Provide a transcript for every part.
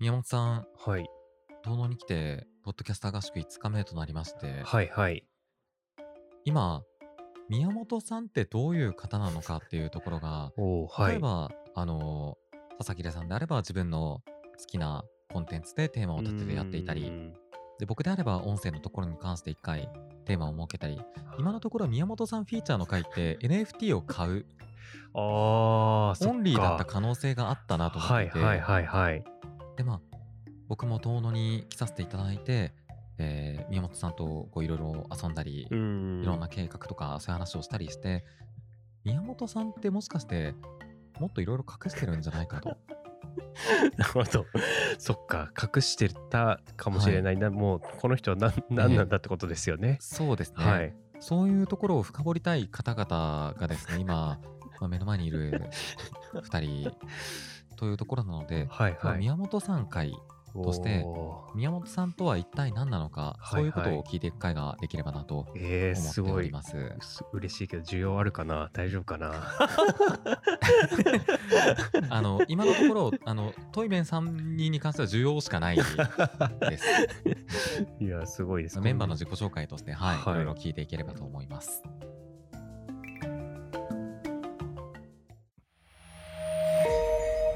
宮本さん、はい。東農に来て、ポッドキャスター合宿5日目となりまして、はいはい。今、宮本さんってどういう方なのかっていうところが、おーは例えい。ば、あの、佐々木玲さんであれば自分の好きなコンテンツでテーマをうー立ててやっていたり、ん。で僕であれば音声のところに関して1回テーマを設けたり、今のところ宮本さんフィーチャーの回って NFT を買う、ああ、そオっンリーだったか。可能性があったなと思っはていいはいて、はいはい。で、まあ、僕も遠野に来させていただいて、えー宮本さんとこういろいろ遊んだり、うーいろん ん。な計画とかそういう話をしたりして、宮本さんってもしかしてもっといろいろ隠してるんじゃないかと。なるほど。そっか、隠してたかもしれはいないな。もう、この人は何何なんだってことですよね。 そうですはね。い。そういうところを深掘りたい方々がですね、今、 まあ目の前にい る2人というところなので、はい今日ははい。宮本さん会、としておー宮本さんとは一体何なのか、はそういいうこはとをい。聞いていく会ができればなとえー、思っすておごりい。ます。す嬉しいけど、需要あるかな大丈夫かな あの今のところあのトイメンさんにに関しては需要しかないです。いや、すごいです。メンバーの自己紹介として、はい、いはいろいろ聞いていければと思います。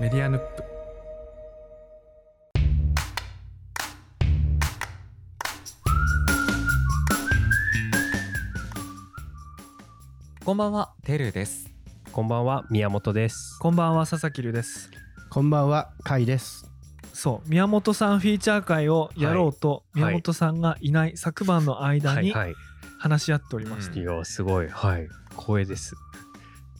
メディアヌップこんばんは、てるです。こんばんは、宮本です。こんばんは佐々木龍ですこんばんは、カイです。そう宮本さんフィーチャー会をやろうと、はいはい宮本さんがいない昨晩の間はいにはい。話し合っておりました、うんいや、すごい。はい。光栄です。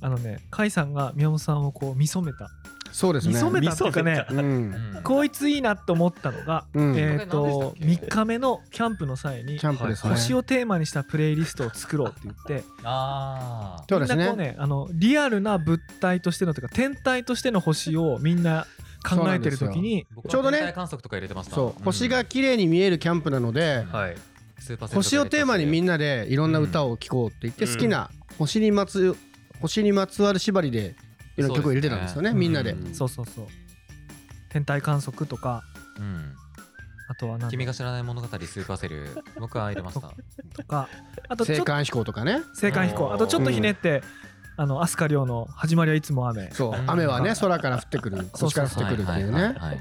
あのね甲斐さんが宮本さんをこう見初めた、そうです見ね。初めたっていうか見ね初うん。こいついいなと思ったのが、うこんえっ、れ何とでしたっけ3日目のキャンプの際にキャンプですね。星をテーマにしたプレイリストを作ろうって言ってあそうみでんすなこうね。ねあのリアルな物体としてのというか天体としての星をみんな考えてる時に僕ちょうどね天体観測とか入れてました。そう、ん星が綺麗に見えるキャンプなので、はい。スーパーセント星をテーマにみんなでいろんな歌を聴こうって言って、うん好きな星にまつ星にまつわる縛りでいろんな曲を入れてたんですよね、そうですねみんなで。うんそうそうそう天体観測とかうんあとは何君が知らない物語スーパーセル、僕は入れました。とかあとちょ青っと函飛行とかね。青函飛う行んあとちょっとひねって、あの飛鳥涼の「始まりはいつも雨そうう、ん雨はね、空から降ってくる、そう星から降ってくるっていうはいはいね。はいはい。」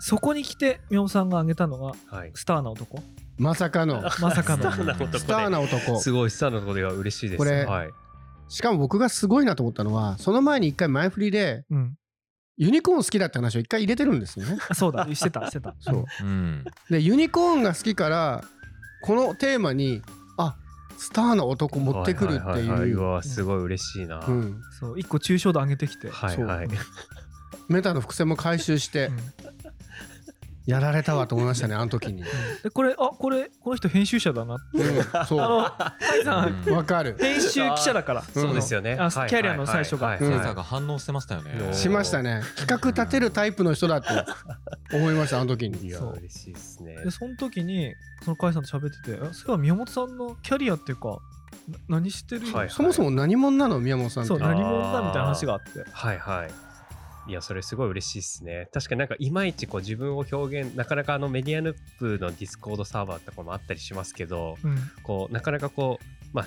そこに来て宮本さんが挙げたのがはい。スターな男まさかのまさかスタのーな男スターな男。すごい、スターのことが嬉しいです。これはい。しかも僕がすごいなと思ったのは、その前に一回前振りで、うんユニコーン好きだって話を一回入れてるんですよね。あそうだしてたしてたそう。うん。でユニコーンが好きからこのテーマにあスターの男持ってくるってははははいううわ、すごい嬉しいな。うんそう一個抽象度上げてきて、はいはい。メタの伏線も回収してうんやられたわと思いましたねあの時に、でこれあこれこの人編集者だなってうん、あその甲斐さんうわかる編集記者だからそうですよね。あはいキャリアの最初がはいセはいンはサーいが反応してましたようね。んしましたね企画立てるタイプの人だって思いましたあの時いにや、そう嬉しいですね。でその時にその甲斐さんと喋っててあそういえば宮本さんのキャリアっていうかな何してる、はいそもそも何者なの宮本さんってそうだ何者だみたいな話があってはいはい。いや、それすごい嬉しいですね。確かになんか、いまいちこう自分を表現、なかなかあのメディアヌップのディスコードサーバーとかもあったりしますけど、うんこう、なかなかこう、まあ、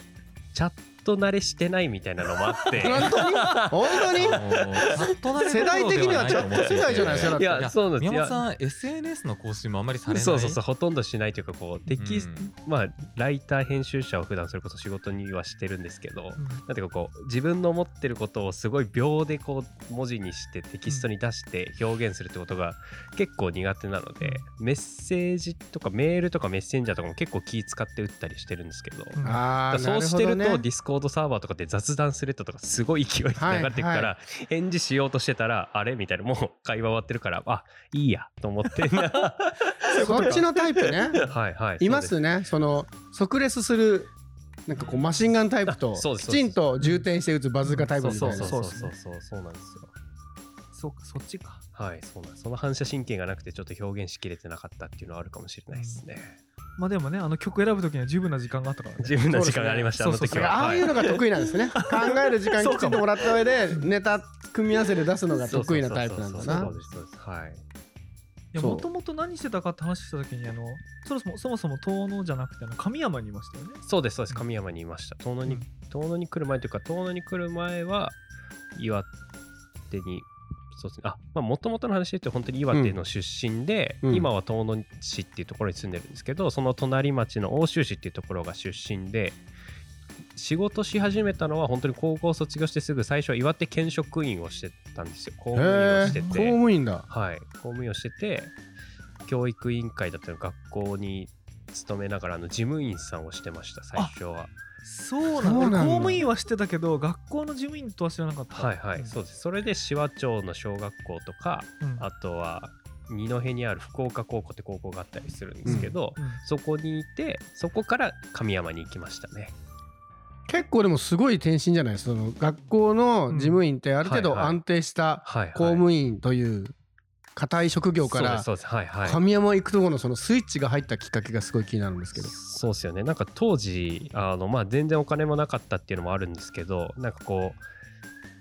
チャット慣れしてないみたいなのもあ って。本当に本当に世世代的にはチャット世代じゃないですかいだってや、そうなんです宮いや本さん SNS の更新もあんまりされないそうそうそうほとんどしないというかこうテキスト、うんまあライター編集者を普段それこそ仕事にはしてるんですけど、うんなんていうかこう自分の思ってることをすごい秒でこう文字にしてテキストに出して表現するってことが結構苦手なので、メッセージとかメールとかメッセンジャーとかも結構気使って打ったりしてるんですけど、だうんかああらなそうるしほてどるとねディスコードサーバーとかで雑談スレッドとかすごい勢いで流はいれてくから、返事しようとしてたらあれみたいなもう会話終わってるからあいいやと思って そっちのタイプねはいはいいまそうすねその即レスするなんかこうマシンガンタイプとあそうできすちんと充填して打つバズーカタイプですみたそういそうなそうそうそうそうなんですよそうかそっちかはいそうなんですその反射神経がなくてちょっと表現しきれてなかったっていうのはあるかもしれないですね、まあでもねあの曲選ぶ時には十分な時間があったからね自分の時間がありました、そうあのです時ねはああいうはのが得意なんですね考える時間きちんともらった上でネタ組み合わせで出すのが得意なタイプなんだそうなそうそうそうそうですそうですはいやそうもともと何してたかって話した時にあのそもそもそもそも遠野じゃなくてあの神山にいましたよねそうですそうです神山にいました遠野に、うん遠野に来る前というか遠野に来る前は岩手にそうですねあまあもともとの話で言うと本当に岩手の出身で、うんうん今は遠野市っていうところに住んでるんですけどその隣町の奥州市っていうところが出身で仕事し始めたのは本当に高校卒業してすぐ最初は岩手県職員をしてたんですよ公務員をへしてえ公て務員だはい、公務員をしてて教育委員会だったり学校に勤めながらあの事務員さんをしてました最初はそうそなうのなんだ公務員は知ってたけど学校の事務員とは知らなかったはいはい、そうですそれで紫波町の小学校とかうん、うんあとは二戸にある福岡高校って高校があったりするんですけど、うんそこにいてそこから神山に行きましたね結構でもすごい転身じゃないその学校の事務員ってある程うん度はいはい安定したはい、はい、公務員という固い職業からそうですそうですはいはい神山行くところのそのスイッチが入ったきっかけがすごい気になるんですけどそうですよねなんか当時あの、まあ、全然お金もなかったっていうのもあるんですけどなんかこう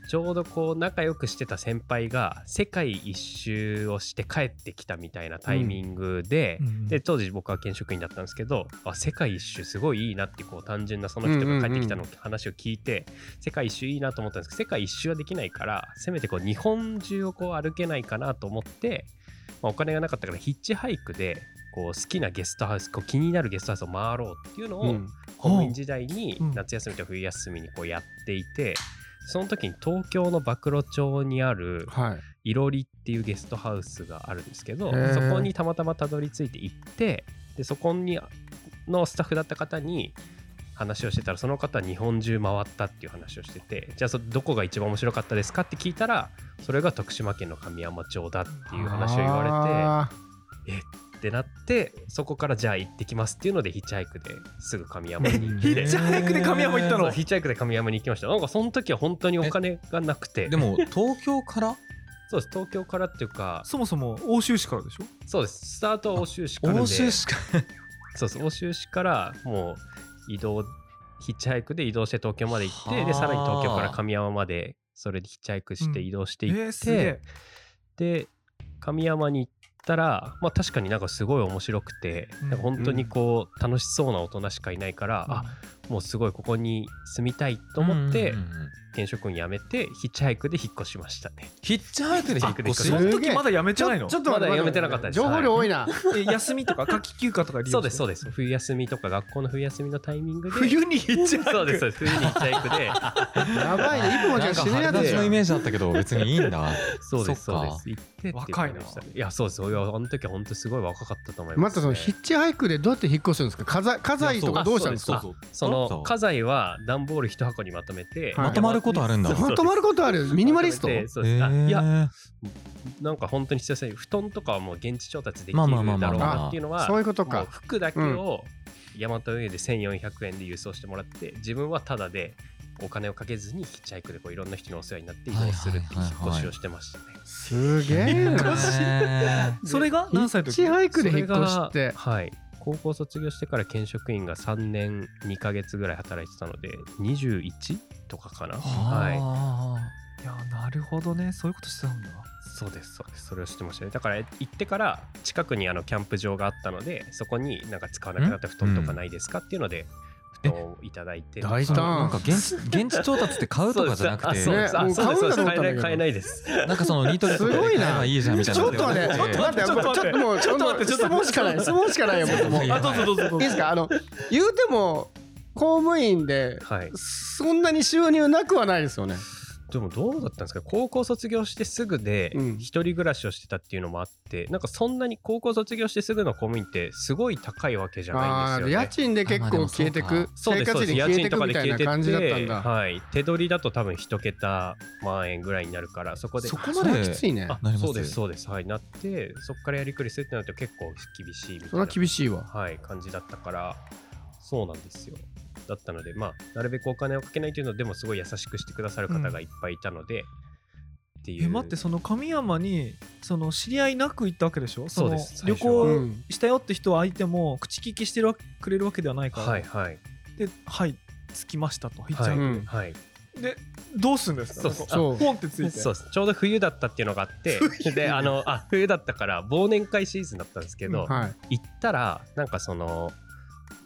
ちょうどこう仲良くしてた先輩が世界一周をして帰ってきたみたいなタイミングで、うんで当時僕は県職員だったんですけどあ世界一周すごいいいなってこう単純なその人が帰ってきたのを話を聞いて、世界一周いいなと思ったんですけど世界一周はできないからせめてこう日本中をこう歩けないかなと思って、まあ、お金がなかったからヒッチハイクでこう好きなゲストハウスこう気になるゲストハウスを回ろうっていうのを、うん公務員時代にうん夏休みと冬休みにこうやっていて。その時に東京の馬露町にあるはいいろりっていうゲストハウスがあるんですけどへーそこにたまたまたどり着いて行ってでそこにのスタッフだった方に話をしてたらその方は日本中回ったっていう話をしててじゃあそどこが一番面白かったですかって聞いたらそれが徳島県の神山町だっていう話を言わあれてってなってそこからじゃあ行ってきますっていうのでヒッチハイクですぐ神山に行っ ヒッてチ。ハイクで神山行ったそうのヒッチハイクで神山に行きましたなんかその時は本当にお金がなくてでも東京からそうです東京からっていうかそもそも欧州市からでしょそうです。スタートは欧州市からで。欧州しかそうです。欧州市からもう移動、ヒッチハイクで移動して東京まで行っはて、あで、さらに東京から神山まで、それでヒッチハイクしてうん移動してえいって、ー、すげえで、神山に行ったら、まあ確かになんかすごい面白くて、うんなんか本当にこう、楽しそうな大人しかいないから、あ、うもうすごいここに住みたいと思って、うんうんうんうん転職員辞めて、ヒッチハイクで引っ越しましたね。ヒッチハイクで引っ越すしげんえその時まだやめてないのちょっと待っまてだやめてなかったです情報量多いなえ休みとか夏季休暇とか利そ用うです、そうです。冬休みとか学校の冬休みのタイミングで。冬に行っちゃうそうです、そうです。冬にヒッチハイクで。やばいね一歩間違なえんかて死ぬ春やつ立じちゃのイんメージだったけど別にいいんだそうです、そそっうかです。行ってっていう若いな感じでしたねいや、そうです。いや、あの時は本当にすごい若かったと思います、ね。またそのヒッチハイクでどうやって引っ越すんですか家財家財とかどうしたんですあかそうその家財は段ボール一箱にまとめて、はいまとまることあるんだそうまとまることあるミニマリストまとめてそうですあへえいやなんか本当に必要性布団とかはもう現地調達できまるだあろまあうまあまあなっていうのはそういうこともうか服だけをヤマト運輸で1400円で郵送してもらって自分はタダでお金をかけずにヒッチハイクでこういろんな人にお世話になって移動するっていう引っ越しをしてましたね。すげえへなえそれが何歳のヒッ時チハイクでそ引れっが越しってはい高校卒業してから県職員が3年2ヶ月ぐらい働いてたので21とかかなはいはいいやなるほどねそういうことしてたんだそうですそうですそれをしてましたねだから行ってから近くにあのキャンプ場があったのでそこになんか使わなくなった布団とかないですかっていうので布団をいただいて大そのな胆んか現 地現地調達って買うとかじゃなくてそうですあねそうですもう買そうですうんだと思ったんだ買えけどない買えないですなんかそのニトリとかすごで買いえなばいいじゃんみたいちなょっと待って、ちょっと待って、ちょっと待ってもう、ちょっと待ってちょっ質と待っ問てしかない、質問しかないよ、僕も。いいいやあどうぞどうぞどうぞですか、あの、言うても、公務員で、はいそんなに収入なくはないですよね。でもどうだったんですか高校卒業してすぐでうん一人暮らしをしてたっていうのもあって、なんかそんなに高校卒業してすぐの公務員ってすごい高いわけじゃないあんあでー、すよ家ね。賃で結あまあで構もそう消えかてく、そう生です活そうで費です家消えて賃とくかみでた消えていなって感じだったんだ。はい、手取りだと多分一桁万円ぐらいになるからそこでそこそまれではきついねあ。なりますそうですそうですはいなってそこからやりくりするってなると結構厳しいみたいなそれは厳しいわ。はい、感じだったからそうなんですよだったのでまあなるべくお金をかけないというのでもすごい優しくしてくださる方がいっぱいいたので、っていうえ待ってその神山にその知り合いなく行ったわけでしょそうのです最旅初はう行ん。したよって人は相手も口利きしてるわくれるわけではないから、はいはいではい着きましたとヒッチハイうクんはいででどうするんですそかうそうなんかそうポンってついてそうですちょうど冬だったっていうのがあ ってであのあ冬だったから忘年会シーズンだったんですけど、はい行ったらなんかその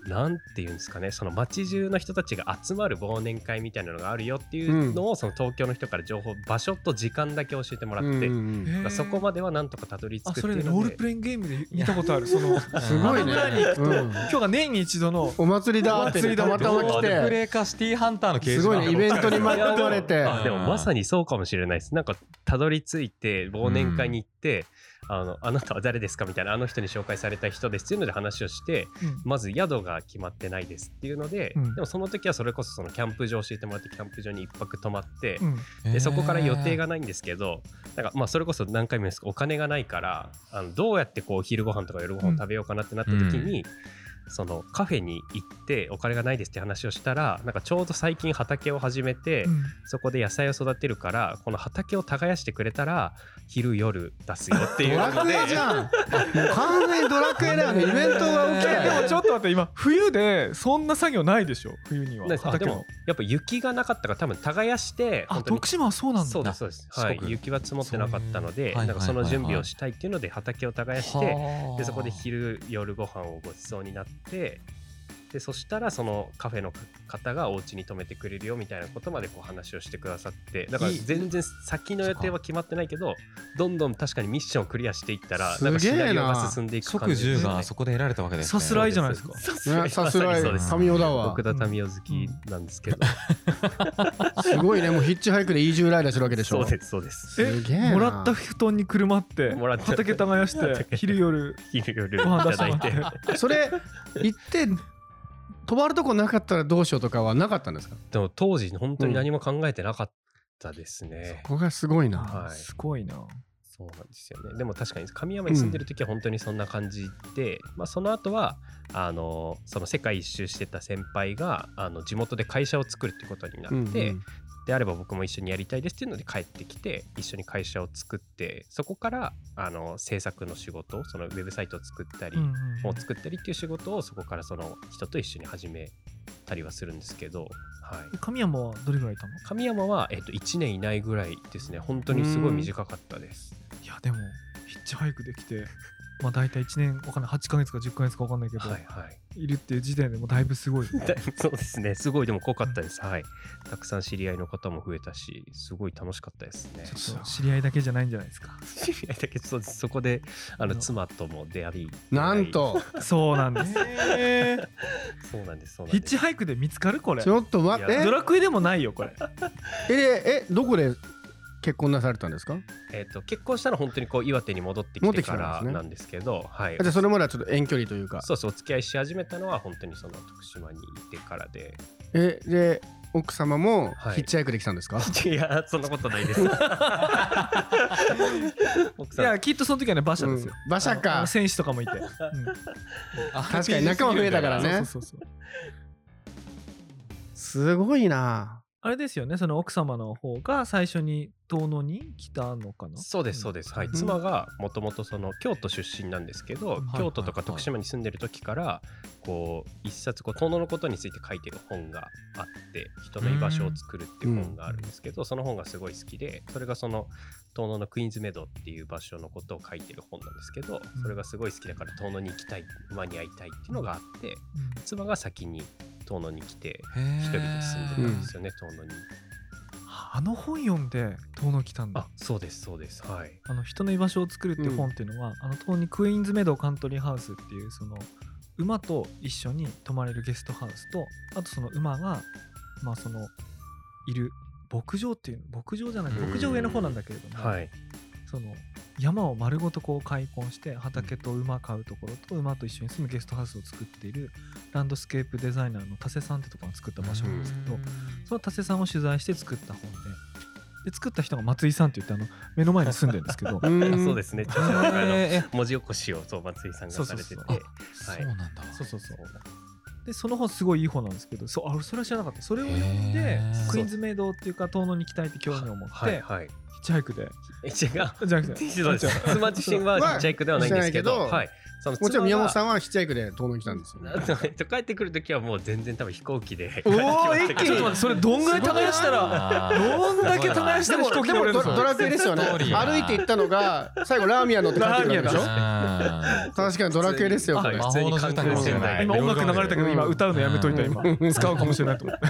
なんていうんですかねその街中の人たちが集まる忘年会みたいなのがあるよっていうのを、その東京の人から情報場所と時間だけ教えてもらって、うんだうんへかーらそこまではなんとかたどり着くあってそれいねうロのーでルプレイングゲームで見たことある そのうんすごいね裏に行くと、うん今日が年に一度のお祭りだってお祭りだたまたま来ロールプてレイかシティーハンターの形す状ごいねイベントに巻き込まれてあでもまさにそうかもしれないですなんかたどり着いて忘年会に行って、あのあなたは誰ですかみたいなあの人に紹介された人ですっていうので話をして、うんまず宿が決まってないですっていうので、うんでもその時はそれこそそのキャンプ場教えてもらってキャンプ場に一泊泊まって、うんでそこから予定がなないんですけど、なんかまあそれこそ何回も言うんですけどお金がないからあのどうやってこうお昼ご飯とか夜ご飯を食べようかなってなった時に、そのカフェに行ってお金がないですって話をしたらなんかちょうど最近畑を始めて、うんそこで野菜を育てるからこの畑を耕してくれたら昼夜出すよっていドうラのクでエじゃんあもう完全にドラクエだよねイベ ントが起きええーてでもちょっと待って今冬でそんな作業ないでしょ冬にはなんかあで畑のもやっぱ雪がなかったから多分耕してあ本当に徳島はそうなんそだうですそうです、四はい国、雪は積もってなかったのでそういうはいなんかその準備はいはいはをいしたいっていうので畑を耕してでそこで昼夜ご飯をごちそうになってでそしたらそのカフェの方がお家に泊めてくれるよみたいなことまでこう話をしてくださってだからいい全然先の予定は決まってないけどどんどん確かにミッションをクリアしていったらすげなんえなかシナリオが進んでいく感即じで10すねがそこで得られたわけですねさすらいじゃないですかさすねさすまらにいそうです神尾だわ僕田民生好きなんですけど、 すごいねもうヒッチハイクでイージューライダーするわけでしょそうですそうですえすげえなもらった布団にくるまってもらった畑耕して昼夜昼夜いごた飯出してだもいらっててそれ行って泊まるとこなかったらどうしようとかはなかったんですかでも当時本当に何も考えてなかったですね、ここがすごいなはいすごいなそうなんですよねでも確かに神山に住んでる時は本当にそんな感じで、まあ、その後はあのその世界一周してた先輩があの地元で会社を作るってことになって、うんうんであれば僕も一緒にやりたいですっていうので帰ってきて一緒に会社を作ってそこからあの制作の仕事そのウェブサイトを作ったり、うんうん本を作ったりっていう仕事をそこからその人と一緒に始めたりはするんですけど、はい、神山はどれぐらいいたの神山は、えっと、1年いないぐらいですね本当にすごい短かったです。いやでもヒッチハイクできてまあ大体1年わかんない8ヶ月か10ヶ月かわかんないけど、はいはいい、るっていう時点でもうだいぶ すごいだいぶ そうですね。すごいでも濃かったです。はい。たくさん知り合いの方も増えたし、すごい楽しかったですね。ちょっと知り合いだけじゃないんじゃないですか知り合いだけどそうですそこでああのの妻とも出会い。なんとそうなんですそうなんです。そうなんヒッですチ。ハイクで見つかるこれちょっと待っいやてドラクエでもないよこれえええどこで結婚なされたんですかえっと結婚したら本当にこう岩手に戻ってきてからなんですけど、はいあじ。ゃあそれまではちょっと遠距離というかそうそうお付き合いし始めたのは本当にその徳島にいてから で。えで奥様もはいヒッチハイクできたんですか、いやそんなことない です。奥いさんやきっとその時はね馬車ですよ、うん馬車かあのあの選手と かもいて、うん確かに仲間増えたからねそうそうそうそうすごいなあれですよねその奥様の方が最初に遠野に来たのかなそうですそうです、はいうん妻がもともとその京都出身なんですけど、うん京都とか徳島に住んでる時からこう一冊こう遠野のことについて書いてる本があって「人の居場所を作る」っていう本があるんですけど、その本がすごい好きでそれがその遠野のクイーンズメドっていう場所のことを書いてる本なんですけどんそれがすごい好きだから遠野に行きたい馬に会いたいっていうのがあってうん妻が先に遠野に来て一一人で住んでたんですよね、遠野に。あの本読んで遠野来たんだあそうですそうですはい。あの人の居場所を作るっていう本っていうのは、あの当にクイーンズメドウカントリーハウスっていうその馬と一緒に泊まれるゲストハウスとあとその馬がまあそのいる牧場っていう牧場じゃないうん牧場上の方なんだけれども、はいその山を丸ごとこう開墾して畑と馬飼うところと馬と一緒に住むゲストハウスを作っているランドスケープデザイナーの田瀬さんってとこが作った場所なんですけど、その田瀬さんを取材して作った本でで作った人が松井さんって言ってあの目の前に住んでるんですけどうんあそうですね。著者のあのえ文字起こしをそう松井さんがされててそうそそううはそいうなんだそうそうそうでその本すごいいい本なんですけどそうあそれは知らなかったそれを読んでへークイーンズメイドっていうか遠野に行きたいって興味を持ってはいはいヒヒッチハイクで違う。じゃなくてそうです。妻自身はヒッチハイクではないんですけど、ははい。そのもちろん宮本さん。んはヒッチハイクで遠野に来たんですよ、ね。えっと帰ってくるときはもう全然多分飛行機で 帰ってきおまおしたけ一気にちょっとど待ってそれどんぐらい耕したらあーどんだけ耕しでたらも飛行機で乗れもドるぞドラクエですよねストーリーが歩いて行ったのが最後ラーミア乗って帰ってくるわけでしラーミアょだあ確かにドラクエですよあこれ魔法の絨毯かもしれない今音楽流れたけど今うん歌うのやめといた今使うかもしれないと思って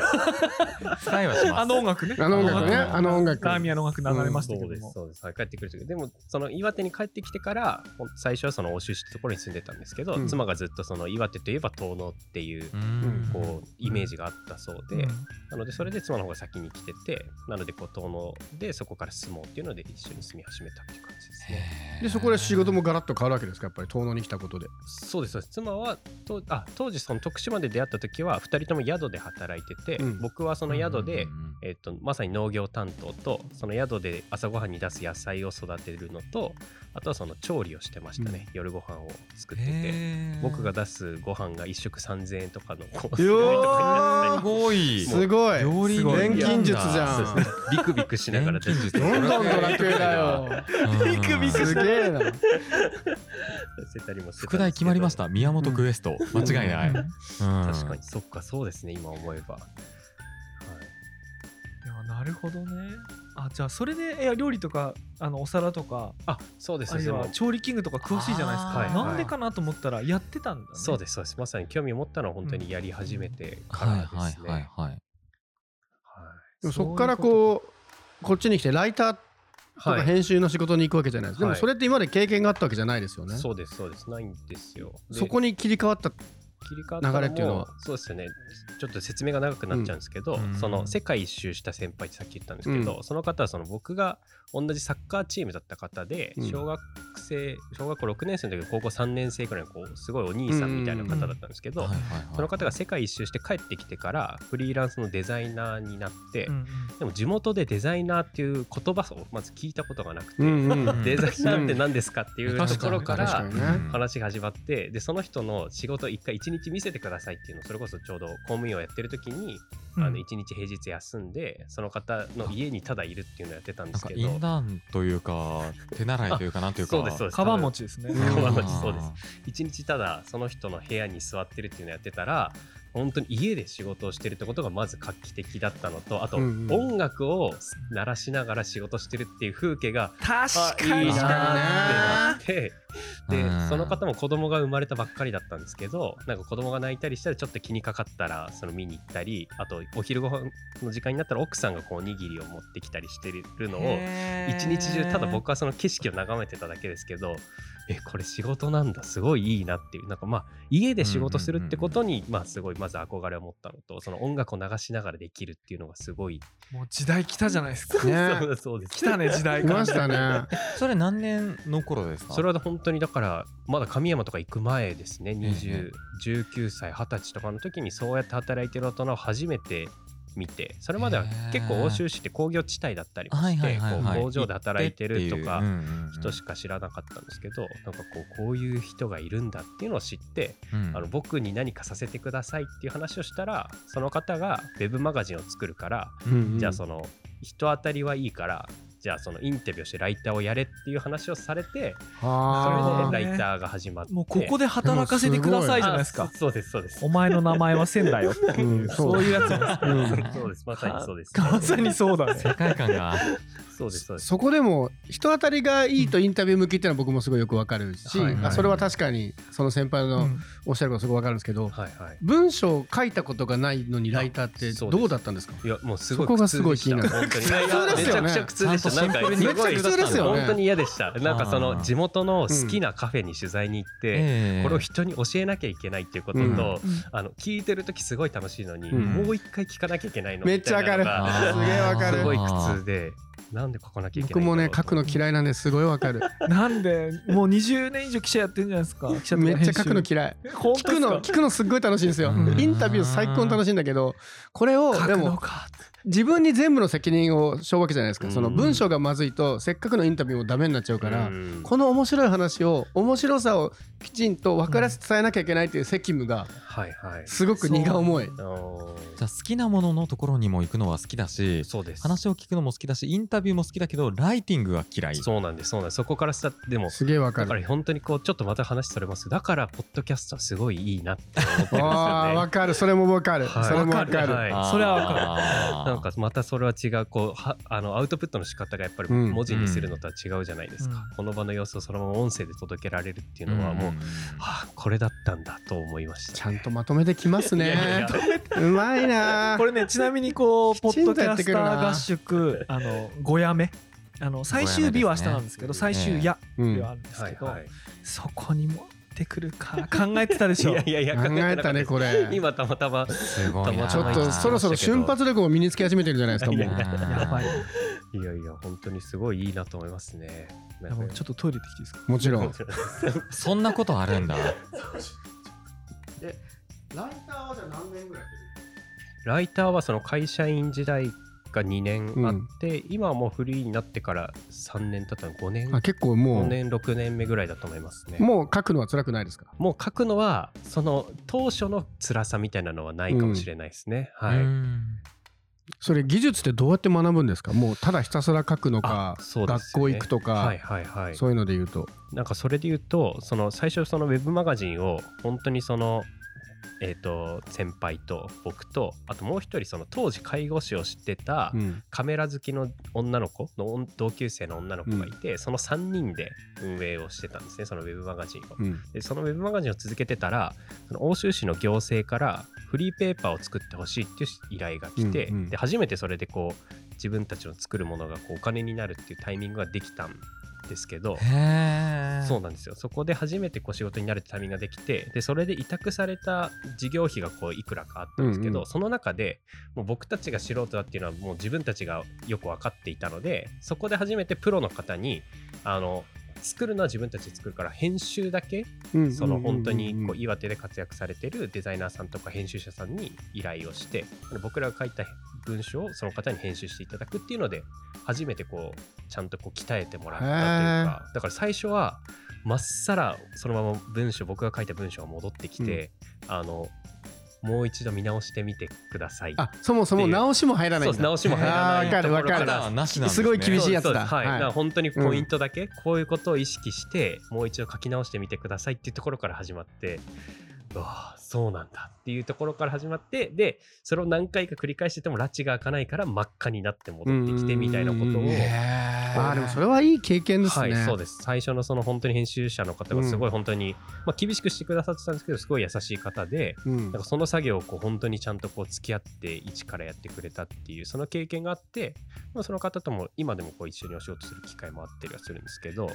ー使いはしますあの音楽ねあの音楽ねあの音楽ラーミアの音楽流れましたけそどうですもそうです、はい、帰ってくる時でもその岩手に帰ってきてからほん最初はその奥州市ってところに住んでたんですけど、うん妻がずっとその岩手といえば遠野っていうう、んこうイメージがあったそうで、うんなのでそれで妻の方が先に来ててなのでこう遠野でそこから住もうっていうので一緒に住み始めたっていう感じですね。へーでそこで仕事もガラッと変わるわけですかやっぱり遠野に来たことで。そうですそうです妻はとあ当時その徳島で出会った時は2人とも宿で働いてて、うん僕はその宿で、うんうんうんえっとまさに農業担当とその宿で朝ごはんに出す野菜を育てるのとあとはその調理をしてましたね、夜ご飯を作っててへー僕が出すご飯が1食3000円とかのコースう料理とわすかごいすごい料理錬金術じゃになったりん。そうビクビクしながら出錬金て術てどんどんドラクエだよ。ビクビすげえな。たりもしてたんですけど副題決まりました宮本クエスト間違いないうん確かにそっかそうですね今思えば、はいいやなるほどねあじゃあそれでいや料理とかあのお皿とかあそうですあるいでもは調理器具とか詳しいじゃないですか、あーなんでかなと思ったらやってたんだねそうすですそうですまさに興味を持ったのは本当にやり始めてかはいらはでいすね、はいはいでもそっからこうこっちに来てライターとはかい編集の仕事に行くわけじゃないですか。ではいもそれって今まで経験があったわけじゃないですよね。そうですそうですないんですよでそこに切り替わった。切り替わったのも流れっていうのはそうですよねちょっと説明が長くなっちゃうんですけど、うんその世界一周した先輩ってさっき言ったんですけど、その方はその僕が同じサッカーチームだった方でうん小学生小学校6年生の時高校3年生ぐらいのこうすごいお兄さんみたいな方だったんですけど、はいはいはいその方が世界一周して帰ってきてからフリーランスのデザイナーになって、うんうんでも地元でデザイナーっていう言葉をまず聞いたことがなくて、うんううんん。デザイナーって何ですかっていうところか確からにね。話が始まってでその人の仕事を1回1日見せてくださいっていうのをそれこそちょうど公務員をやってる時に、うんあの1日平日休んでその方の家にただいるっていうのをやってたんでなんすかけイどンダーンというか手習いというかなんというかそうですそうですカバン持ちですね、うんカバン持あちーそうです1日ただその人の部屋に座ってるっていうのをやってたら本当に家で仕事をしてるってことがまず画期的だったのとあとうんうん音楽を鳴らしながら仕事してるっていう風景が確あかいいになーってなってでうんその方も子供が生まれたばっかりだったんですけどなんか子供が泣いたりしたらちょっと気にかかったらその見に行ったりあとお昼ご飯の時間になったら奥さんがこうおにぎりを持ってきたりしてるのを一一日中ただ僕はその景色を眺めてただけですけどえこれ仕事なんだすごいいいなっていうなんかまあ家で仕事するってことにまあすごいまず憧れを持ったのとその音楽を流しながらできるっていうのがすごいもう時代来たじゃないですかねそうそうです 来たね時代いがましたね。それ何年の頃ですかそれは本当にだからまだ神山とか行く前ですねえ2019歳20歳とかの時にそうやって働いてる大人を初めて見てそれまでは結構欧州市って工業地帯だったりもはいしはいてはいこはうい工場で働いてるとか人人しか知らなかったんですけどなんかこうこういう人がいるんだっていうのを知ってああの僕に何かさせてくださいっていう話をしたらその方がウェブマガジンを作るから じゃあその人当たりはいいからじゃあそのインタビューしてライターをやれっていう話をされてあそーれでライターが始まってもうここで働かせてくださいじゃないですかあそうそうですそうですお前の名前は仙だよっていう、うん そういうやつですうんそうですまさにそうですまさにそうだね世界観がそう ですそうですそこでも人当たりがいいとインタビュー向きっていうのは僕もすごいよくわかるし、はいはいあそれは確かにその先輩うのんおっしゃることすごいわかるんですけど、はいはい文章を書いたことがないのにライターってそうですどうだったんですかいやもうすごいそこが苦す痛ごいで気しにたな本る当に苦痛ですよねめちゃくちゃ苦痛でしたちゃなんんとシンプかルにすごいめちゃくちゃですよね本当に嫌でしたなんかそあーの地元の好きなカフェに取材に行って、ええこれを人に教えなきゃいけないっていうことと、うんあの聞いてる時すごい楽しいのに、うんもう一回聞かなきゃいけないのめっちゃみたいなのわがかるすげえわかるすごい苦痛でなんで書かなきゃいけないんだ僕ろもうね書くの嫌いなんですごいわか るなんでもう20年以上記者やってんじゃないですか記者とかめっちゃ編集書くの嫌い本聞当でくすかの聞くのすっごい楽しいんですようんインタビュー最高に楽しいんだけどこれを書でくのもか自分に全部の責任を背負うわけじゃないですか、そのうん文章がまずいとせっかくのインタビューもダメになっちゃうから、うんこの面白い話を面白さをきちんと分からせて伝えなきゃいけないという責務がはいはいすごく荷が重いあーじゃあ好きなもののところにも行くのは好きだしそうです話を聞くのも好きだしインタビューも好きだけどライティングは嫌いそうなんですそうなんですそこからしたでもすげえ分かだかるら本当にこうちょっとまた話それますけどだからポッドキャストはすごいいいなって思ってあーま分かるそれも分かる、はいそれも分かわるかるあーそれはわかるあーすよねなんかまたそれは違うこうはあのアウトプットの仕方がやっぱりうん文字にするのとは違うじゃないですか、うんこの場の様子をそのまま音声で届けられるっていうのはもう、んんはあこれだったんだと思いましたちゃんとまとめてきますいやいねやうまいなこれねちなみにこうポきちッんドとキやャってスくタるなー合宿あの5夜目あの最終日は明日なんですけど五夜目最ですね終夜うんではあるんですはけいど、はいそこに持ってくるか考えてたで しょいやいやいや考えたねこれ今たまたますごいなちちょっとそろそろ瞬発力を身につけ始めてるじゃないですかもいうやいややばいうんいやいや本当にすごいいいなと思いますねやばいちょっとトイレ行ってきていいですかもちろんそんなことあるんだライターはじゃ何年ぐらいライターはその会社員時代が2年あって、今はもうフリーになってから3年経ったの5年あ結構5もう年6年目ぐらいだと思いますねももう書くのは辛くないですかう書くのはその当初の辛さみたいなのはないかもしれないですね、はい、うんそれ技術ってどうやって学ぶんですかもうただひたすら書くのか、あそうです学よ校ね行くとか、はいはいはいそういうので言うとなんかそれで言うとその最初そのウェブマガジンを本当にそのえー、と先輩と僕とあともう一人その当時介護士をしてたうんカメラ好きの女の子の同級生の女の子がいて、その3人で運営をしてたんですねそのウェブマガジンを。うんでそのウェブマガジンを続けてたらその欧州市の行政からフリーペーパーを作ってほしいっていう依頼が来て、うんうんで初めてそれでこう自分たちの作るものがこうお金になるっていうタイミングができたんですけへど。えそうなんですよそこで初めてこう仕事になるってタイミングができてでそれで委託された事業費がこういくらかあったんですけど、うんうんその中でもう僕たちが素人だっていうのはもう自分たちがよく分かっていたのでそこで初めてプロの方にあの作るのは自分たちで作るから編集だけうんその本当にこうい岩手で活躍されてるデザイナーさんとか編集者さんに依頼をして僕らが書いた文章をその方に編集していただくっていうので初めてこうちゃんとこう鍛えてもらったというかだから最初はまっさらそのまま文章僕が書いた文章が戻ってきて、あのもう一度見直してみてくださいあそもそも直しも入らないんそうだです直しも入らないあーわかるわかとこたるろからだなしなんですすねごい厳しいやつそだうですそうですはい、はいだから本当にポイントだけ、こういうことを意識してもう一度書き直してみてくださいっていうところから始まってうわあそうなんだっていうところから始まってでそれを何回か繰り返してても拉致が開かないから真っ赤になって戻ってきてみたいなことうんうんうんうんを。へーあーでもそれはいい経験ですね、はい、そうです最初のその本当に編集者の方がすごい本当に、まあ、厳しくしてくださってたんですけどすごい優しい方でうんなんかその作業をこう本当にちゃんとこう付き合って一からやってくれたっていうその経験があって、まあ、その方とも今でもこう一緒にお仕事する機会もあったりはするんですけど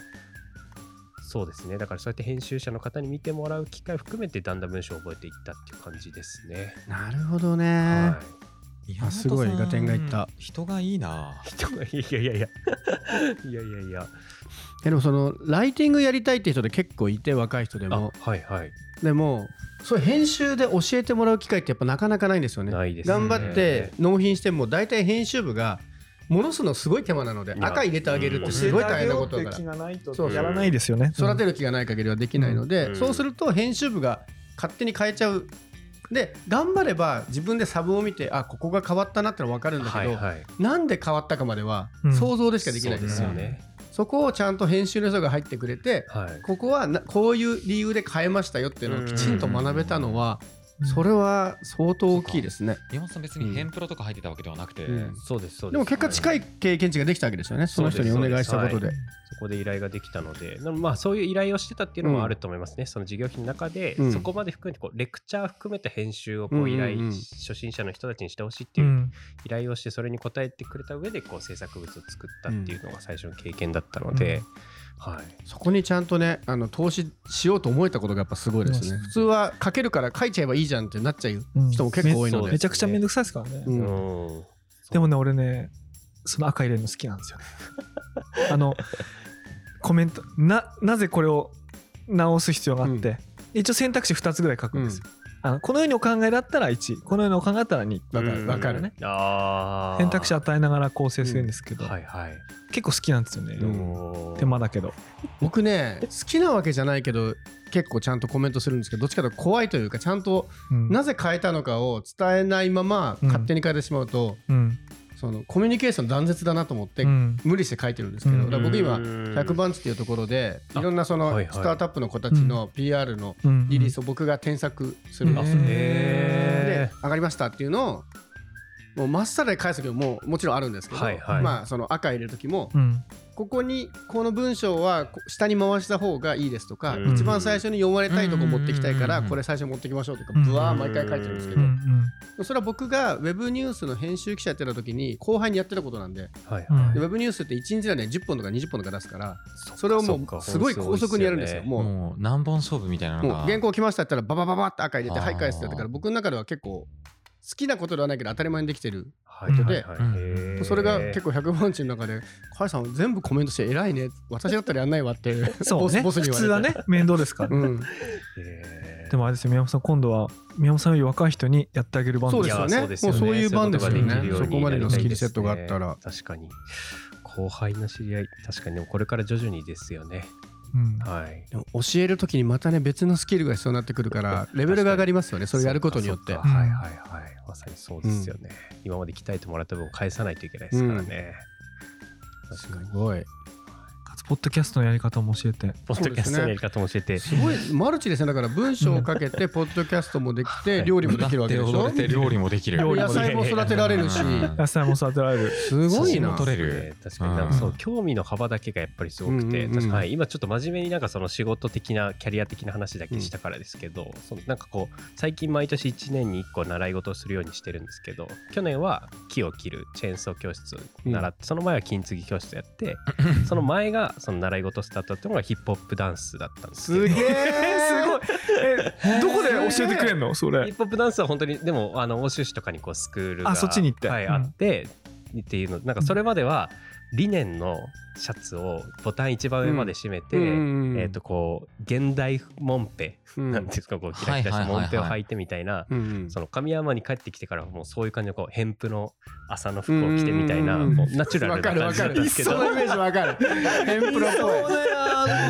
そうですねだからそうやって編集者の方に見てもらう機会を含めてだんだん文章を覚えていったっていう感じですね。なるほどね、はい宮本さんすごい合点がいった人がいいな人がいやいやいや いやいやいやえでもそのライティングやりたいって人で結構いて若い人であもはいはいでもそう編集で教えてもらう機会ってやっぱなかなかないんですよねないですね頑張って納品しても大体編集部が戻すのすごい手間なのでいや赤入れてあげるってすごい大変なことだからそうやらないですよね育てる気がない限りはできないので、うんそうすると編集部が勝手に変えちゃうで頑張れば自分でサブを見てあここが変わったなっての分かるんだけど、はいはいなんで変わったかまではうん想像でしかできないそうから、ですよねそこをちゃんと編集の人が入ってくれてはいここはなこういう理由で変えましたよっていうのをきちんと学べたのは、うんそれは相当大きいですね。宮本さん別にヘンプロとか入ってたわけではなくて、うんそうですそうですでも結果近い経験値ができたわけですよね。その人にお願いしたことで。そこで依頼ができたので、なまあ、そういう依頼をしてたっていうのもあると思いますね、その事業費の中で、うんそこまで含めてこう、レクチャー含めた編集をこう依頼、うんうんうん初心者の人たちにしてほしいってういうん依頼をして、それに応えてくれた上でこう制作物を作ったっていうのが最初の経験だったので、はい、そこにちゃんとねあの投資しようと思えたことがやっぱすごいですそねうですね普通は書けるから書いちゃえばいいじゃんってなっちゃううん人も結構多いのそうでめちゃくちゃめんどくさいですからね、うんうんでもね俺ねその赤入れるの好きなんです よねあのコメントななぜこれを直す必要があって、一応選択肢2つぐらい書くんですよ、あのこのようにお考えだったら1このようにお考えだったら2わかるうんわかるねああ。選択肢与えながら構成するんですけど、はいはい。結構好きなんですよね、うん手間だけど僕ね好きなわけじゃないけど結構ちゃんとコメントするんですけどどっちかというと怖いというかちゃんとうんなぜ変えたのかを伝えないままうん勝手に変えてしまうと、うんそのコミュニケーション断絶だなと思って、うん無理して書いてるんですけど、うんだから僕今100 100番地っていうところでいろんなそあのはいはいスタートアップの子たちの PR のうんリリースを僕が添削するんあでへすーよ、えで上がりましたっていうのをもう真っさらで返す時ももうもちろんあるんですけど、はいはいまあ、その赤入れる時もうんここにこの文章はこ下に回した方がいいですとか、うん一番最初に読まれたいとこ持ってきたいかうらんこれ最初に持ってきましょうとかうんぶわー毎回書いてるんですけうんうどんそれは僕が Web ニュースの編集記者やってた時に後輩にやってたことなんではいうんはいで Web ニュースって1日でね10本とか20本とか出すからそれをもうすごい高速にやるんですよ。もうもう何本勝負みたいなのもがう原稿来ましたって言ったらババババって赤入れて「あーはい返す」ってやったから僕の中では結構好きなことではないけど当たり前にできてるはいはいはいでうんへーそれが結構100万人の中で「甲斐さん全部コメントして偉いね私だったらやんないわ」ってそボうスねボスに普言われて通はね面倒ですから、ねうんへーでもあれですよ宮本さん今度は宮本さんより若い人にやってあげる番そう組ですよいねやそうですよねもうそういう番ですよねそういうことができるようにそこまでのスキルセットがあなりったたいでらすね確かに後輩の知り合い確かにでもこれから徐々にですよねうんはいでも教える時にまたね別のスキルが必要になってくるからレベルが上がりますよねそれやることによってそっかそっかはいはいはいまさにそうですよね、今まで鍛えてもらった分を返さないといけないですからね、す確かにごいかつポッドキャストのやり方も教えてポッドキャストのやり方も教えて、すごいマルチですねだから文章をかけてポッドキャストもできはてい料理もできるわけでし歌ょって踊れて料理もできる料理野もでき菜るも育てられるしうん野菜も育てられるすごい写真なも撮れる確かになんかうんそう興味の幅だけがやっぱりすごくて、うんうんうん確かに今ちょっと真面目になんかその仕事的なキャリア的な話だけしたからですけど、そのなんかこう最近毎年1年に1個習い事をするようにしてるんですけど去年は木を切るチェーンソー教室を習って、その前は金継ぎ教室やってその前がその習い事スタートっていうのがヒップホップダンスだったんですけどすげえすごい えどこで教えてくれんのそヒれップホップダンスは本当にでもあの欧州市とかにこうスクールがあそっちに行ってはいうんあってっていうのなんかそれまではリネンのシャツをボタン一番上まで締めて、えー、とこう現代モンペ、うんなんていうんですかこうキラキラはいはいはいしたモはいンペを履いてみたいな。うんうんその神山に帰ってきてからはもうそういう感じのこう偏布の朝の服を着てみたいなうんうんうんこうナチュラわルかなる感わじかなんるですけど そのイメージわかるヘンプロっ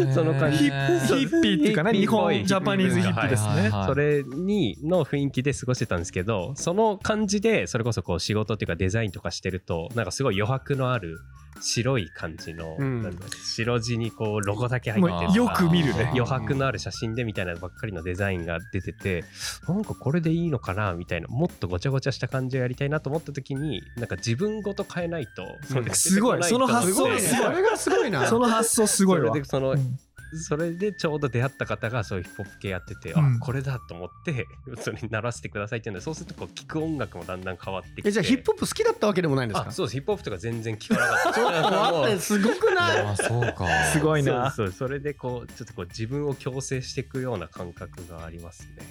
ぽいその感じへーそヒうッピーっていうかね日本ジャパニーズヒッピーですはいはいねはいそれにの雰囲気で過ごしてたんですけどその感じでそれこそこう仕事っていうかデザインとかしてるとなんかすごい余白のある白い感じの、うんなんだろう白地にこうロゴだけ入ってるもうよく見るねあー余白のある写真でみたいなのばっかりのデザインが出ててなんかこれでいいのかなみたいなもっとごちゃごちゃした感じをやりたいなと思った時になんか自分ごと変えないとそれ出てこないとすごいその発想すごいねすごいそれがすごいなその発想すごいわそれでその、うんそれでちょうど出会った方がそういうヒップホップ系やってて、うんあこれだと思って それに鳴らしてくださいっていうのでそうするとこう聞く音楽もだんだん変わってきてえじゃあヒップホップ好きだったわけでもないんですあかそうですヒップホップとか全然聞かなかった ちょっと待ってすごくないあーそうかすごいなそうそうそれでこうちょっとこう自分を強制していくような感覚がありますね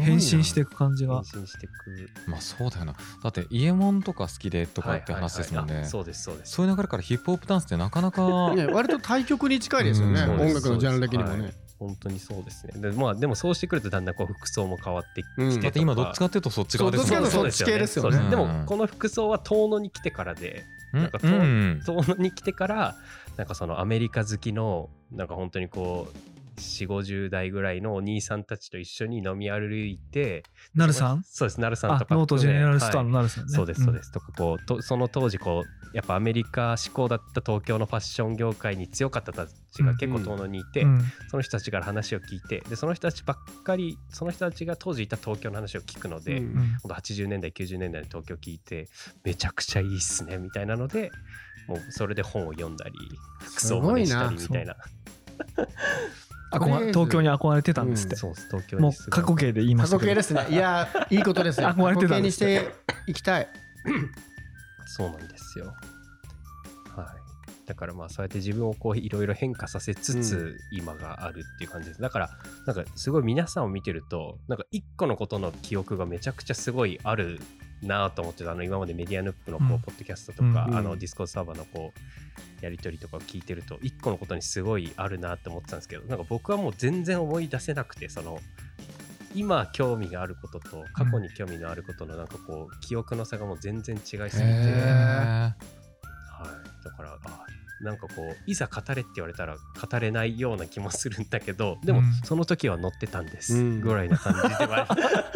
変身していく感じ変が身していくまあそうだよなだってイエモンとか好きでとかって話ですもんはいねはいはいあそうですそうですそういう流れからヒップホップダンスってなかなかね割と対極に近いですよねうん音楽のジャンル的にもそうねです本当にそうですねで,、まあ、でもそうしてくるとだんだんこう服装も変わってきうんてだって今どっちかかっていうとそっち側ですそうもんどっちかといそううとそっち系ですよねそうでうんもこの服装は遠野に来てからでなんかうんうん遠野に来てからなんかそのアメリカ好きのなんか本当にこう4 5 0代ぐらいのお兄さんたちと一緒に飲み歩いてなるさんそうですなるさんあとかノートジェネラルスターはいのなるさんねそうですそうです、とかこうとその当時こうやっぱアメリカ志向だった東京のファッション業界に強かった人たちが結構遠野にいて、うんその人たちから話を聞いてでその人たちばっかりその人たちが当時いた東京の話を聞くので、うんうんほんと80年代90年代の東京聞いてめちゃくちゃいいっすねみたいなのでもうそれで本を読んだり服装を真似したりみすたいなあこま東京に憧れてたんですってそうです東京にもうすごい過去形で言いま過した去けど形ですねいやいいことですよ憧過れて去形たんでにすしねていきたいそうなんですよはいだからまあそうやって自分をこういろいろ変化させつつ今があるっていう感じです、だからなんかすごい皆さんを見てるとなんか一個のことの記憶がめちゃくちゃすごいあるなぁと思ってたあの今までメディアヌップのこう、うんポッドキャストとか、うんあのディスコードサーバーのこうやり取りとかを聞いてると一個のことにすごいあるなぁと思ってたんですけどなんか僕はもう全然思い出せなくてその今興味があることと過去に興味のあることのなんかこう記憶の差がもう全然違いすぎて、はへい、だからあなんかこういざ語れって言われたら語れないような気もするんだけどでも、うんその時は乗ってたんです、うんぐらいな感じでは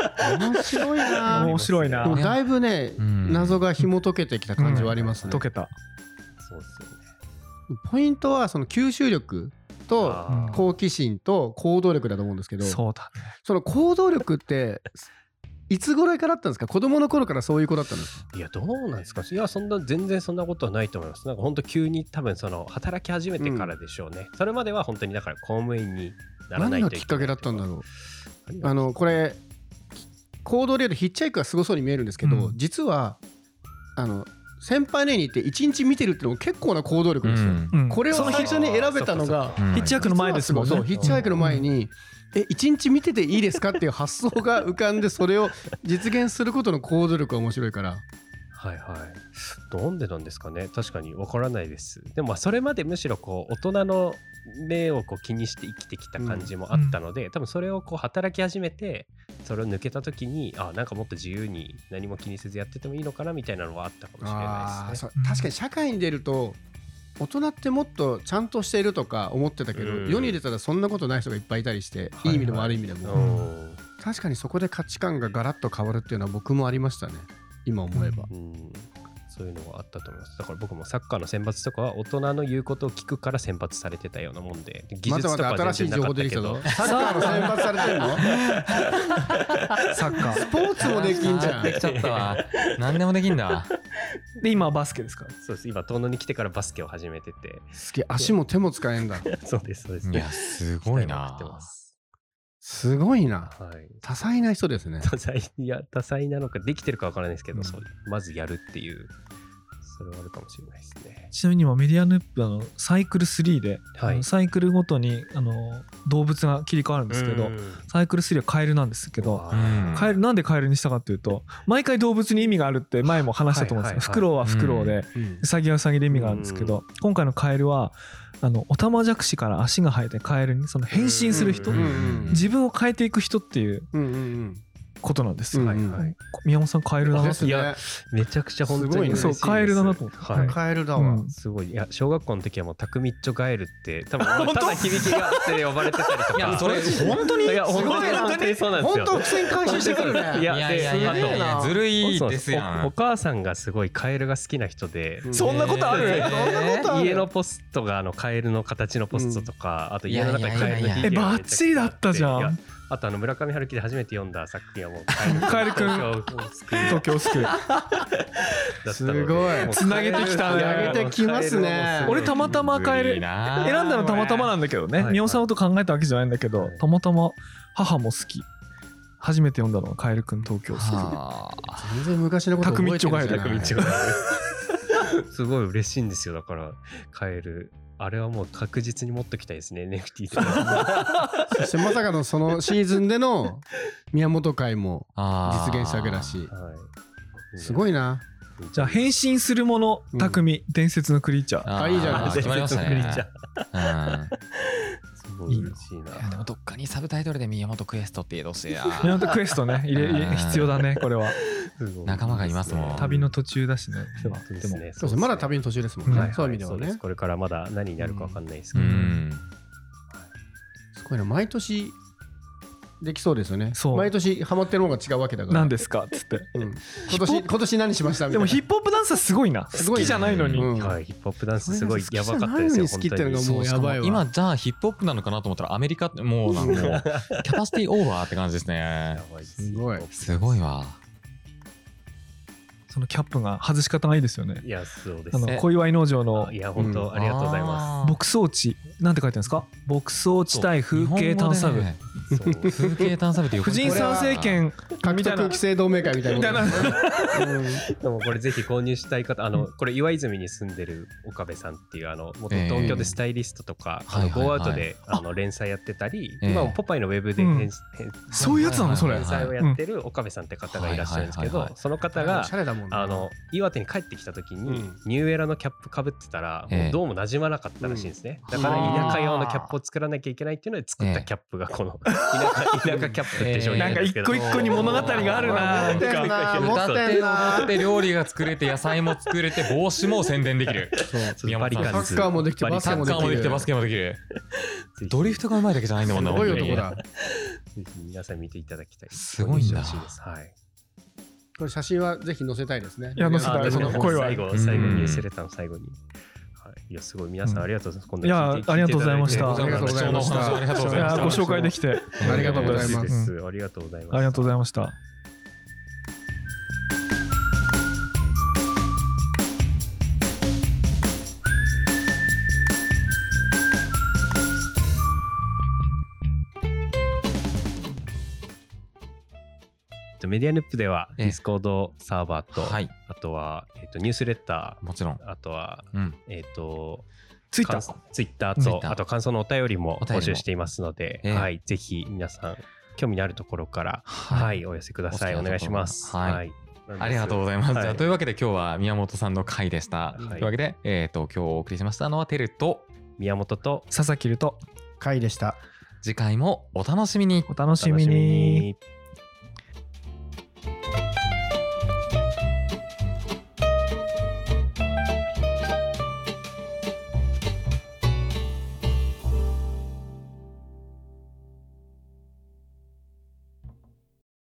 面白いな面白いあなでもだいぶね、うん謎が紐解けてきた感じはありますね、解けたそうですよねポイントはその吸収力とあー好奇心と行動力だと思うんですけどそそうだねの行動力っていつ頃からあったんですか子供の頃からそういう子だったんですかいやどうなんですかいやそんな全然そんなことはないと思いますなんか本当急に多分その働き始めてからでしょうね、それまでは本当にだから公務員にならな何いがといきっけかなけいだったんだうろうあのこれ行動力でヒッチハイクがすごそうに見えるんですけど、うん実はあの先輩の家に行って一日見てるってのも結構な行動力ーうですよ、んうんこれを最初に選べたのがうんヒッチハイクの前ですもんね実はそうヒッチハイクの前に、え一日見てていいですかっていう発想が浮かんでそれを実現することの行動力が面白いからはいはい。なんでなんですかね確かにわからないです。でもまあそれまでむしろこう大人の目をこう気にして生きてきた感じもあったので、多分それをこう働き始めてそれを抜けた時にあなんかもっと自由に何も気にせずやっててもいいのかなみたいなのはあったかもしれないですね。そう確かに社会に出ると大人ってもっとちゃんとしているとか思ってたけど、うん世に出たらそんなことない人がいっぱいいたりして、はいい、い意味でも悪い意味でも、うん確かにそこで価値観がガラッと変わるっていうのは僕もありましたね今思えば、うんそういうのがあったと思います。だから僕もサッカーの選抜とかは大人の言うことを聞くから選抜されてたようなもんで、技また術まとかたは新し全い然な情か報った出てけきたどぞ、サッカーの選抜されてるの サッカースポーツもできんじゃんできちゃったわ何でもできんだで今はバスケですからそうです。今、遠野に来てからバスケを始めてて、すげえ足も手も使えんだ そうです、そうです。いやすごいな鍛えまくってますすごいなはい。多彩な人ですね多彩、いや、多彩なのか、できてるかわからないですけど、うんそうまずやるっていう、それはあるかもしれないですね。ちなみに今メディアヌップあのサイクル3で、はいあのサイクルごとにあの動物が切り替わるんですけど、サイクル3はカエルなんですけど、うんカエルなんでカエルにしたかっていうと毎回動物に意味があるって前も話したと思うんですよ、はいはいはフクロウはフクロウで、ウサギはウサギで意味があるんですけど、今回のカエルはあのオタマジャクシから足が生えてカエルにその変身する人、うんうん自分を変えていく人っていううんうんことなんですうよ、んはいはうい。宮本さんカエルうん。だでなっすていやね。めちゃくちゃ本当に嬉しいですそうカエルだなと思ってはい。カエルだうわん。すごいいや小学校の時はもうタクミッチョガエルって多分ただ響きがあって呼ばれてたりとかいやそれ本当当にいや本当すごにい本当にそうなんです本よ当伏線回収してくるね。いやいやいやいやいやいやずすげえなるいですおおや母さんがすごいカエルが好きな人で、うんそんなことあるえーそんなことある家のポストがあのカエルの形のポストとか、あと家の中にカエルのフィギュアがめちゃくちゃあってえバッチリだったじゃんいやあとあの村上春樹で初めて読んだ作品はもうカエルカエルくん東東京スクール京だったのですごい繋げてきたね繋げてきますね俺たまたまカエルいいな選んだのたまたまなんだけどね、はいはい宮尾さんのこと考えたわけじゃないんだけど、はいたまたま母も好き初めて読んだのはカエルくん東京スクールはあ全然昔のこと覚えてるじゃタクなミいッチ違うすごい嬉しいんですよだからカエルあれはもう確実に持っときたいですね NFT とかそしてまさかのそのシーズンでの宮本会もあー実現したわけだし、はいすごいな。じゃあ変身するものうん匠、伝説のクリーチャーああーいいじゃないああ決まりましたね伝説うんのクリーチャーすごい嬉しいいやでなもどっかにサブタイトルで宮本クエストって言えてほしいな宮本クエストね入れ入れうん必要だねこれはすごい仲間がいますもん旅の途中だしね本当ですねそうですねまだ旅の途中ですもんうね。んはいはいそういう意味ではそうねす。これからまだ何になるかわかんないですうけど、んすごいな毎年できそうですよね。そう毎年ハマってるものが違うわけだから。何ですかっつってうん今年今年何しましたみたでいもな。ヒップホップダンスはすごいなす好ごいねきじゃないのに、うんはい、ヒップホップダンスすごいやばかったでそすれよが好本当きじゃないのに好きってのにがそもうやばいわしかも今じゃあヒップホップなのかなと思ったらアメリカってもうなんかも うキャパシティオーバーって感じですね やばいですごいすごいわそのキャップが外し方がいいですよねいやそうであすのね小祝農場のいや本当ありがとうございますあー牧草地なんて書いてあるんですか牧草地帯風景探査部、日本語でねそう風景探査部ってよく 婦人参政権獲みたい得な規制同盟会みたいなもんですね。うんでもこれぜひ購入したい方あの、これ岩泉に住んでる岡部さんっていうあの元東京でスタイリストとか、あのはいはいゴはいーアウトであの連載やってたり、ええ今ポパイのウェブでうん編編そういうやつなのそれ連載をやってる岡部さんって方がいらっしゃるんですはけいはいはいはどいその方おがしゃれだもんなあの岩手に帰ってきた時に、うんニューエラのキャップかぶってたら、ええもうどうもなじまなかったらしいんですね、うんだからはあ田舎用のキャップを作らなきゃいけないっていうので作ったキャップがこの、田舎田舎キャップって商品なんかですけ一ど個一個に物語があるな持ってんな持歌っっててんな踊って料理が作れて野菜も作れて帽子も宣伝できるそうバリサカンズッカーもできてバスサケッもカーもでできてきてバスケもできるドリフトがうまいだけじゃないんだもんすなごい本当に男だぜひ皆さん見ていただきたいすごいんだここにしてほしいですはいこれ写真はぜひ載せたいですねいや載せあたいでそのも声は最後、最後にニュースレターの最後に。はい、いや、すごい、皆さんありがとうございます。こんなに聞ていやありがとうございまししたたありがとうございまし貴重なお話をたありがとうごいざいましやーたご紹介できてありがとうございます嬉しですありがとうございます。ありがとうございましたメディアヌップでは、えデえィスコードサーバーと、はいあとは、えっと、ニュースレタもちろんー、あとは、うんえっと、ツイッター感ツイッターツイッと、ターあと感想のお便りもお便りも募集していますので、ええはい、ぜひ皆さん、興味のあるところから、はいはい、お寄せください。おお好きなところ願いします。はいい。ありがとうございます。はいじゃあというわけで今日は宮本さんの回でした。はいというわけで、えー、と今日お送りしましたのはテルと宮本と、佐々木ると回でした次回もお楽しみに。お楽お楽しみに。しみ